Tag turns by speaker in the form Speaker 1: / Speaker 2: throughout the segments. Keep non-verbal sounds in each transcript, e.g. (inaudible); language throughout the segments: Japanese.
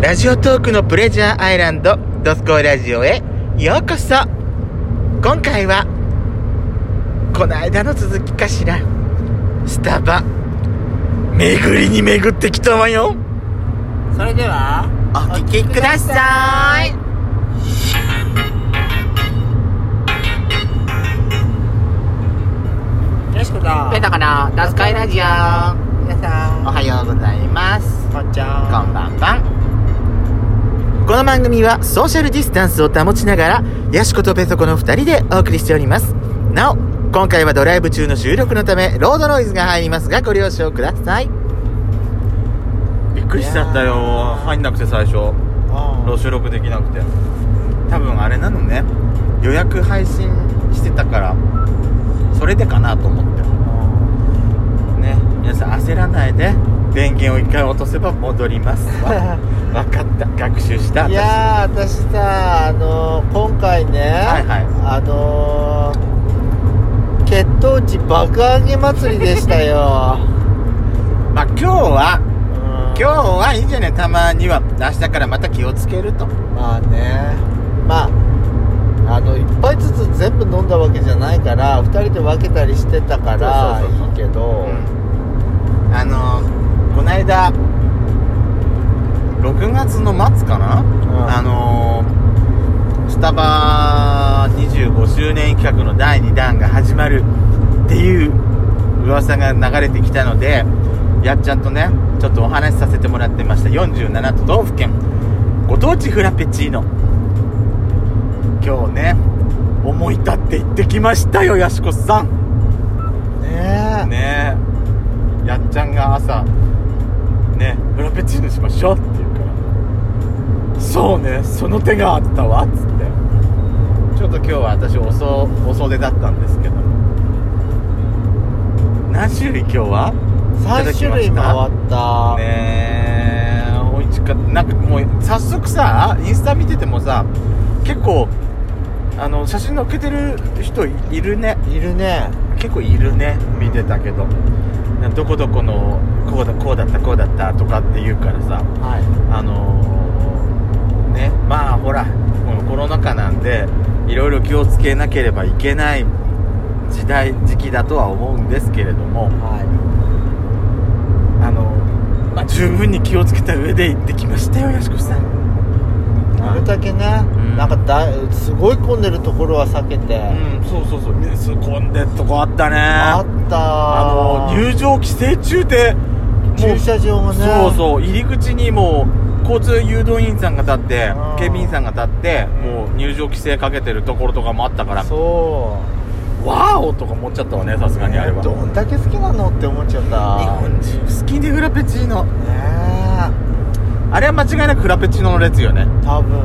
Speaker 1: ラジオトークのプレジャーアイランド、ドスコイラジオへようこそ今回は、この間の続きかしら。スタバ、巡りに巡ってきたわよ
Speaker 2: それでは
Speaker 1: お聞きください
Speaker 2: よしこと
Speaker 1: ペタかなドスコイラジオ
Speaker 2: 皆さん
Speaker 1: おはようございます。
Speaker 2: こんちゃ
Speaker 1: こんばんばん。この番組はソーシャルディスタンスを保ちながら、ヤシコとペソコの2人でお送りしております。なお、今回はドライブ中の収録のため、ロードノイズが入りますが、ご了承ください。
Speaker 3: びっくりしちゃった
Speaker 2: いやー
Speaker 3: よ入んなくて最初
Speaker 2: う
Speaker 3: ロ収録できなくて多分あれなのね予約配信してたからそれでかなと思ってね皆さん焦らないで電源を一回落とせば戻ります
Speaker 1: (laughs)
Speaker 3: わわかった学習した
Speaker 2: (laughs) んい
Speaker 3: 私
Speaker 2: やー私さあのー今回ね、
Speaker 3: はいはい
Speaker 2: あのー血糖値爆上げ祭りでした
Speaker 3: (laughs)
Speaker 2: よ
Speaker 3: まあ今日は
Speaker 2: 今
Speaker 3: 今日はいいんじゃないたまには明日からまた気をつけると
Speaker 2: まあねまああの一杯ずつ全部飲んだわけじゃないから2人で分けたりしてたからい
Speaker 3: そうそうそうそう
Speaker 2: いけど、
Speaker 3: うんあのこないだ6月の末かな、
Speaker 2: ん
Speaker 3: あのスタバ25周年企画の第2弾が始まるっていう噂が流れてきたのでやっちゃんとねちょっとお話しさせてもらってました47都道府県ご当地フラペチーノ今日ね思い立って行ってきましたよやしこさん
Speaker 2: ねえ
Speaker 3: ねえやっちゃんが朝ねフラペチーノしましょうって言うからそうねその手があったわっつってちょっと今日は私遅遅出だったんですけど何種類今日は
Speaker 2: 3種類
Speaker 3: っ
Speaker 2: 回った、
Speaker 3: ねえ美味しかったなんかもう早速さインスタ見ててもさ結構あの写真載っけてる人いいるね
Speaker 2: いるね
Speaker 3: 結構いるね見てたけどなどこどこのこうだこうだったこうだったとかって言うからさ
Speaker 2: は
Speaker 3: あのーねまあほらこのコロナ禍なんでいろいろ気をつけなければいけない時代時期だとは思うんですけれども
Speaker 2: いは
Speaker 3: あのまあ、十分に気をつけた上で行ってきましたよやしこさん
Speaker 2: いなるだけね、
Speaker 3: ん
Speaker 2: なんかだすごい混んでるところは避けて、
Speaker 3: うんそうそうそう水込んでるとこあったね
Speaker 2: あ
Speaker 3: あ
Speaker 2: った
Speaker 3: の入場規制中でもう
Speaker 2: 駐車場がね
Speaker 3: そうそう入り口にもう交通誘導員さんが立って
Speaker 2: うん
Speaker 3: 警備員さんが立ってもう入場規制かけてるところとかもあったから
Speaker 2: そ
Speaker 3: ワーオとか思っちゃったわねさす
Speaker 2: う
Speaker 3: がにあれは
Speaker 2: ねどんだけ好きなのって思っちゃった
Speaker 3: 人好きでフラペチーノ
Speaker 2: ね
Speaker 3: あれは間違いなくフラペチーノの列よね
Speaker 2: え多分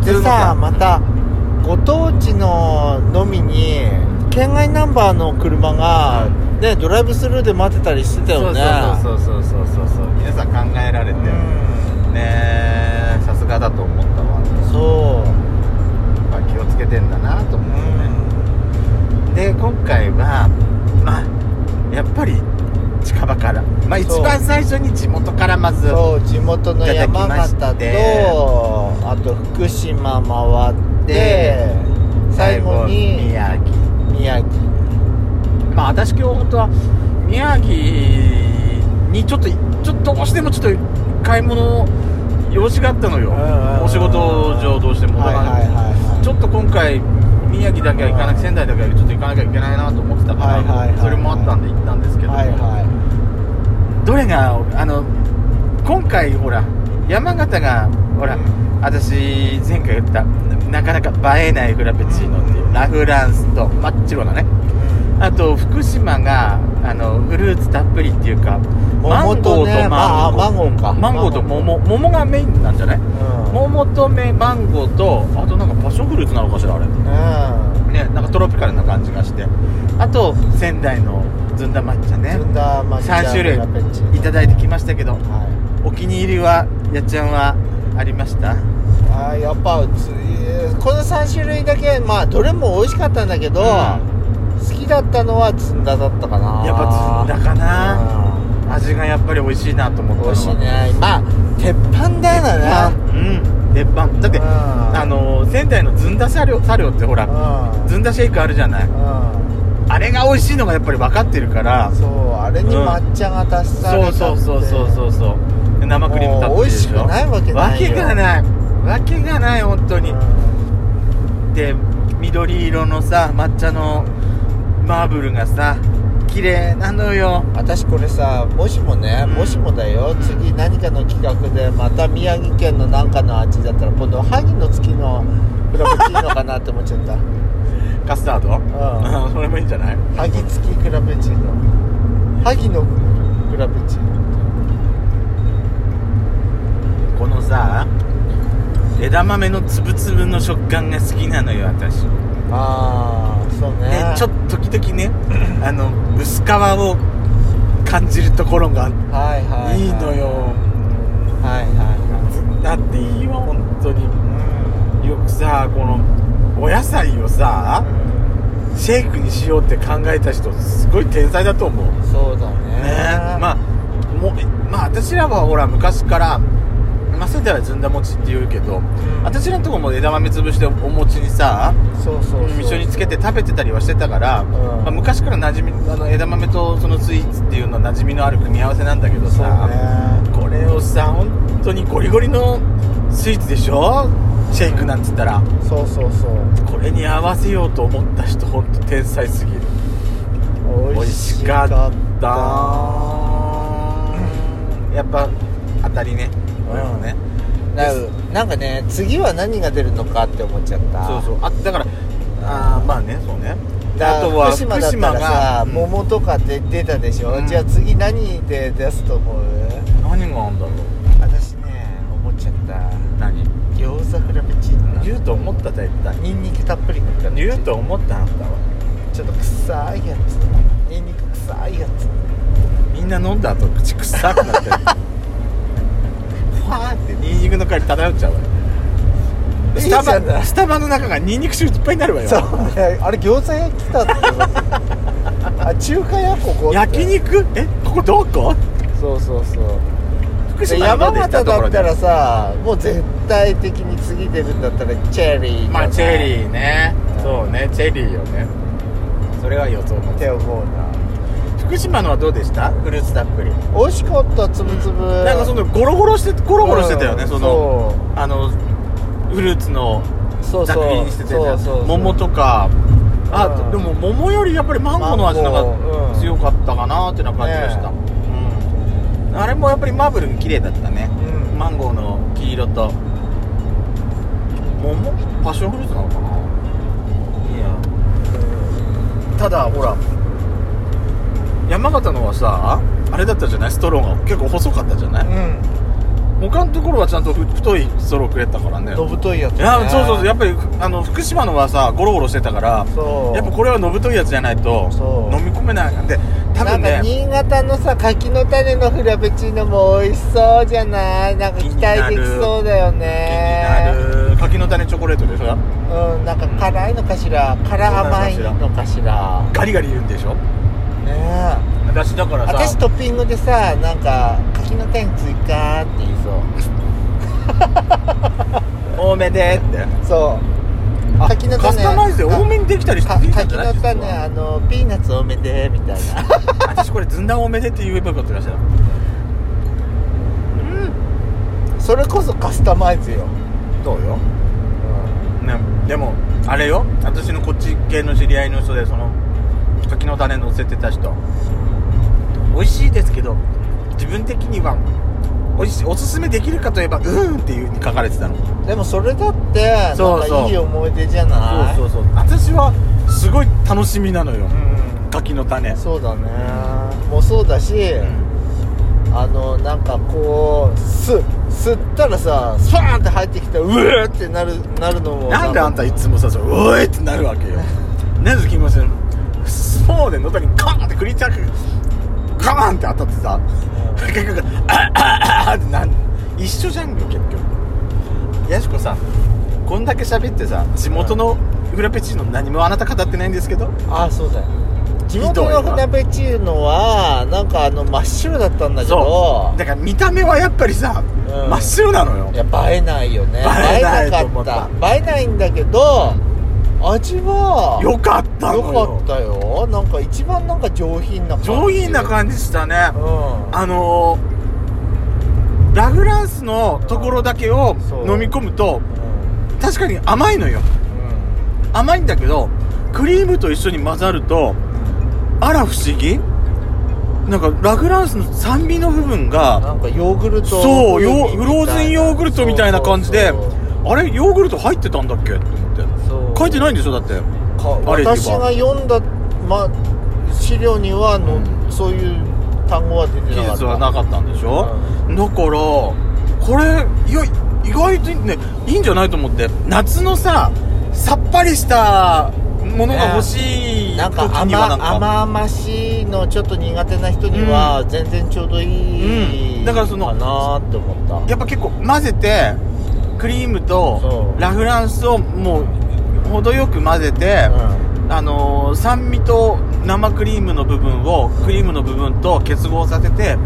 Speaker 3: 通の
Speaker 2: でさまたご当地ののみに県外ナンバーの車が、ね、ドライブスルーで待ってたりしてたよね
Speaker 3: そうそうそうそうそうそうそう皆さん考えられて
Speaker 2: うん
Speaker 3: ねえさすがだと思ったわや
Speaker 2: そ
Speaker 3: っ
Speaker 2: う
Speaker 3: ぱ気をつけてんだなと思うよね、で今回はまあやっぱり近場からまあ一
Speaker 2: そう
Speaker 3: 番最初に地元からまず
Speaker 2: そう地元の山
Speaker 3: いた
Speaker 2: 形
Speaker 3: だきまし
Speaker 2: と
Speaker 3: て
Speaker 2: あと福島回って最後に
Speaker 3: 宮城
Speaker 2: 宮城
Speaker 3: まあ私今日本当は宮城にちょっとちょっとどうしてもちょっと買い物用事があったのよお仕事上どうしても
Speaker 2: はいはいはいはい
Speaker 3: ちょっと今回宮城だけは行かな
Speaker 2: うん
Speaker 3: き仙台だけはちょっと行かなきゃいけないなと思ってたから、
Speaker 2: はいはいはい
Speaker 3: それもあったんで行ったんですけど、
Speaker 2: はいは
Speaker 3: どれがあの今回ほら山形がほら、
Speaker 2: うん
Speaker 3: 私前回言ったなかなか映えないフラペチーノっていうラフランスとマッチロだねあと福島があのフルーツたっぷりっていうかマ
Speaker 2: 桃
Speaker 3: ンゴ
Speaker 2: とね
Speaker 3: ーとマンゴー、
Speaker 2: あマンゴーか
Speaker 3: マンゴーと桃桃がメインなんじゃない
Speaker 2: うん
Speaker 3: 桃とめマンゴーとあとなんかパッションフルーツなのかしらあれ
Speaker 2: うん
Speaker 3: ねなんかトロピカルな感じがしてあと仙台のずんだ抹茶ね
Speaker 2: ずんだ抹茶
Speaker 3: 3種類
Speaker 2: フラペチ
Speaker 3: いただいてきましたけど
Speaker 2: は
Speaker 3: お気に入りはやっちゃんはありました
Speaker 2: いあーやっぱつこの3種類だけまあどれも美味しかったんだけど、
Speaker 3: うん
Speaker 2: 好きだったのはずんだだったかな
Speaker 3: やっぱずんだかな
Speaker 2: うん
Speaker 3: 味がやっぱり美味しいなと思ったの
Speaker 2: 美
Speaker 3: は
Speaker 2: 味しいねまあ鉄板だよ
Speaker 3: あ
Speaker 2: ね
Speaker 3: うん鉄板だって
Speaker 2: うん
Speaker 3: あのー仙台のずんだ車両車両ってほらずんだシェイクあるじゃない
Speaker 2: うん
Speaker 3: あれが美味しいのがやっぱり分かってるから
Speaker 2: うんそうあれに抹茶が足され
Speaker 3: そうそうそうそうそうそうで生クリームたっぷりでしょ
Speaker 2: もう美味しくないわけないよ
Speaker 3: わけがないわけがない本当に、
Speaker 2: う
Speaker 3: で緑色のさ抹茶のマーブルがさ綺麗なのよ
Speaker 2: ん私これさもしもね、
Speaker 3: うん
Speaker 2: もしもだよ次何かの企画でまた宮城県の何かの味だったら今度萩の月のフラペチーノかなって思っちゃった
Speaker 3: カスタード
Speaker 2: ん
Speaker 3: それもいいんじゃない
Speaker 2: 萩付きフラペチーノ萩のフラペチーノ
Speaker 3: このさ枝豆のつぶつぶの食感が好きなのよ私
Speaker 2: ああそうね
Speaker 3: ねちょっと時々ねあの薄皮を感じるところが
Speaker 2: はいはい、はい
Speaker 3: いのよ、
Speaker 2: はいは
Speaker 3: だっていいわ本当
Speaker 2: い
Speaker 3: に
Speaker 2: は
Speaker 3: よくさこのお野菜をさ
Speaker 2: い、うん
Speaker 3: シェイクにしようって考えた人すごい天才だと思うね
Speaker 2: そうだね
Speaker 3: まあもうまあ私らはほら昔からまあ仙台はずんだ餅って言うけど私らのとこも枝豆潰してお餅にさ
Speaker 2: そうそうそう
Speaker 3: 一緒につけて食べてたりはしてたから、
Speaker 2: ん
Speaker 3: まあ、昔から馴染みあの枝豆とそのスイーツっていうのは馴染みのある組み合わせなんだけど
Speaker 2: そう
Speaker 3: さ、
Speaker 2: ね
Speaker 3: これをさ本当にゴリゴリのスイーツでしょシェイクなんつったら
Speaker 2: そうそうそう
Speaker 3: これに合わせようと思った人本当天才すぎる美
Speaker 2: 美
Speaker 3: 味
Speaker 2: 味
Speaker 3: し
Speaker 2: し
Speaker 3: か
Speaker 2: か
Speaker 3: っ
Speaker 2: ったた
Speaker 3: やっぱ当たりねこれはね
Speaker 2: ななんかね次は何が出るのかって思っちゃった
Speaker 3: そうそうあだからあーまあねそうね
Speaker 2: だ
Speaker 3: あとは
Speaker 2: 福島だったらさ
Speaker 3: うん
Speaker 2: 桃とかで出たでしょ、
Speaker 3: うん
Speaker 2: じゃあ次何で出すと思う
Speaker 3: 何があんだろう
Speaker 2: 私ね思っちゃった
Speaker 3: 何
Speaker 2: 餃子フラペチーノなんだ
Speaker 3: 言うと思った絶対
Speaker 2: ニンニクたっぷりのフラペチーノ
Speaker 3: 言うと思ったあんだわ
Speaker 2: ちょっと臭いやつニンニク臭いやつ
Speaker 3: みんな飲んだ後口臭くな
Speaker 2: (laughs)
Speaker 3: ってるファーってニンニクの香り漂っちゃうわ
Speaker 2: いい
Speaker 3: ス
Speaker 2: じゃ
Speaker 3: タ
Speaker 2: ん
Speaker 3: バスタバの中がニンニク汁いっぱいになるわよ
Speaker 2: そうねあれ餃子屋来たって思ってあ中華屋ここって
Speaker 3: 焼肉えここどこ
Speaker 2: そうそうそう
Speaker 3: 福
Speaker 2: で
Speaker 3: 島ま
Speaker 2: 山
Speaker 3: で行と
Speaker 2: 形
Speaker 3: こ
Speaker 2: だ
Speaker 3: ろ
Speaker 2: っ
Speaker 3: で
Speaker 2: たらさもう絶対的に次出るんだったらチェリー
Speaker 3: まあチェリ
Speaker 2: ー
Speaker 3: ーねそうねチェリーよねそれは予想も
Speaker 2: って思うな
Speaker 3: 福島のはどうでしたフルーツたっぷり
Speaker 2: 美味しかったつぶつぶ
Speaker 3: なんかそのゴロゴロしてゴロゴロしてたよね、
Speaker 2: うん
Speaker 3: そのあのフルーツの
Speaker 2: そう
Speaker 3: ざ
Speaker 2: そう
Speaker 3: くり
Speaker 2: そう
Speaker 3: にしてて
Speaker 2: そうそう
Speaker 3: 桃とかあ、
Speaker 2: うん
Speaker 3: でも桃よりやっぱりマンゴーの味の
Speaker 2: マンゴ
Speaker 3: 方
Speaker 2: ーう
Speaker 3: が
Speaker 2: ん
Speaker 3: 強かったかなっていうような感じがした、
Speaker 2: ね
Speaker 3: うんあれもやっぱりマーブルに綺麗だったね、
Speaker 2: うん
Speaker 3: マンゴーの黄色と桃パッションフルーツなのかないやただほら山形のはさあれだったじゃないストローが結構細かったじゃない、
Speaker 2: う
Speaker 3: 他のところはちゃんとふ太いストローくれたからね
Speaker 2: んどぶといや
Speaker 3: い
Speaker 2: つ、ね、
Speaker 3: やそうそうそうやっぱりあの福島のはさゴロゴロしてたから
Speaker 2: そう
Speaker 3: やっぱこれはのぶといやつじゃないと
Speaker 2: そう
Speaker 3: 飲み込めないなんで多分
Speaker 2: なん
Speaker 3: ね
Speaker 2: か新潟のさ柿の種のフラペチーノも美味しそうじゃないなんか期待できそうだよ
Speaker 3: 気にな
Speaker 2: ね
Speaker 3: る柿の種チョコレートでしょ
Speaker 2: うんなんか辛いのかしら辛甘いのかしら
Speaker 3: ガリガリ言うんでしょ
Speaker 2: ねえ
Speaker 3: 私だからさ
Speaker 2: 私トッピングでさなんか柿の種追加って言いそう
Speaker 3: 多めでって
Speaker 2: そう
Speaker 3: あ
Speaker 2: 柿の種
Speaker 3: カスタマイズで多めにできたりして
Speaker 2: か
Speaker 3: いいんじゃ
Speaker 2: 柿
Speaker 3: ない
Speaker 2: の種あのピーナッツ多めでみたいな
Speaker 3: 私これずんだ多めでって言えばよかったらしいな
Speaker 2: それこそカスタマイズよ、
Speaker 3: どうよね、でもあれよ私のこっち系の知り合いの人でその柿の種乗せてた人美味しいですけど自分的には美味しいおすすめできるかといえばうーんっていうふうに書かれてたのそう
Speaker 2: でもそれだってなん
Speaker 3: そうそう
Speaker 2: かいい思い出じゃない
Speaker 3: そううそう私はすごい楽しみなのよ柿の種
Speaker 2: んそうだねもうそうだし、あのなんかこうす吸ったらさスパーンって入ってきてうえってなるなるのも
Speaker 3: なんであんたいつもさ「そうおい!」ってなるわけよ
Speaker 2: (laughs)
Speaker 3: なぜ気持ち悪いスポーで喉にカーンってクリーチャークカーンって当たってさ (laughs) 結局「ああああ」ってなん一緒じゃんよ結局やしこさこんだけ喋ってさ地元のフラペチーノ何もあなた語ってないんですけど
Speaker 2: ああそうだよ地元の船べチーノはなんかあの真っ白だったんだけ
Speaker 3: そ
Speaker 2: ど
Speaker 3: うだから見た目はやっぱりさ、
Speaker 2: うん
Speaker 3: 真っ白なのよ
Speaker 2: いや映えないよね
Speaker 3: 映えないと思
Speaker 2: か
Speaker 3: っ
Speaker 2: ったた映えないんだけど味は
Speaker 3: よかったの
Speaker 2: よ
Speaker 3: よ
Speaker 2: かったよなんか一番なんか上品な感じ
Speaker 3: 上品な感じしたね
Speaker 2: うん
Speaker 3: あのーラフランスのところだけを
Speaker 2: そう
Speaker 3: 飲み込むと
Speaker 2: うん
Speaker 3: 確かに甘いのよ甘いんだけどクリームと一緒に混ざるとあら不思議なんかラフランスの酸味の部分が
Speaker 2: なんかヨーグルト
Speaker 3: そうヨーフ
Speaker 2: 風味みたい
Speaker 3: ロ
Speaker 2: な
Speaker 3: ーズンヨーグルトみたいな感じで
Speaker 2: そうそう
Speaker 3: あれヨーグルト入ってたんだっけって思って
Speaker 2: そう
Speaker 3: 書いてないんでしょだって
Speaker 2: か
Speaker 3: あれ
Speaker 2: 私が読んだ、ま、資料にはあの、
Speaker 3: うん
Speaker 2: そういう単語は出て
Speaker 3: 技術はな
Speaker 2: なかった
Speaker 3: かったんでしょ、だからこれいや意外とねいいんじゃないと思って夏のささっぱりしたものが欲しい時にはな
Speaker 2: な
Speaker 3: んん
Speaker 2: か
Speaker 3: か
Speaker 2: 甘甘々しいのちょっと苦手な人には全然ちょうどいい、
Speaker 3: うんだからその
Speaker 2: かなーって思った
Speaker 3: やっぱ結構混ぜてクリームと
Speaker 2: そう
Speaker 3: ラフランスをもう程よく混ぜて、あのー酸味と生クリームの部分をクリームの部分と結合させて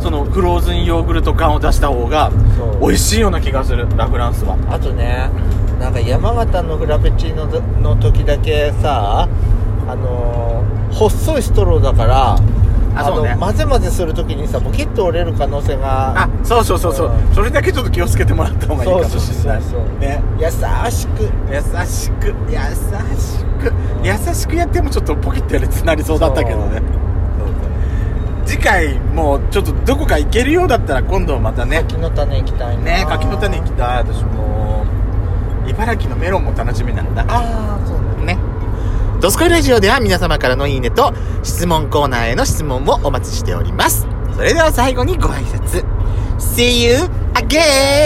Speaker 3: そのフローズンヨーグルト感を出した方が
Speaker 2: そう
Speaker 3: 美味しいような気がするラフランスは
Speaker 2: あとねなんか山形のフラペチーノの時だけさあのー細いストローだから
Speaker 3: あそうね
Speaker 2: の混ぜ混ぜする時にさポキッと折れる可能性が
Speaker 3: あそうそうそうそう、
Speaker 2: うん
Speaker 3: それだけちょっと気をつけてもらった方がいいかもしれない
Speaker 2: そうそうそうそう
Speaker 3: ね
Speaker 2: 優しく
Speaker 3: 優しく優しく優しくやってもちょっとポキってやれてなりそうだったけどね次回もうちょっとどこか行けるようだったら今度またね
Speaker 2: 柿の種行きたいな
Speaker 3: ね柿の種行きたい私も茨城のメロンも楽しみなんだ
Speaker 2: ああそうだ
Speaker 1: ね。ドスコイラジオでは皆様からのいいねと質問コーナーへの質問もお待ちしております。それでは最後にご挨拶。See you again!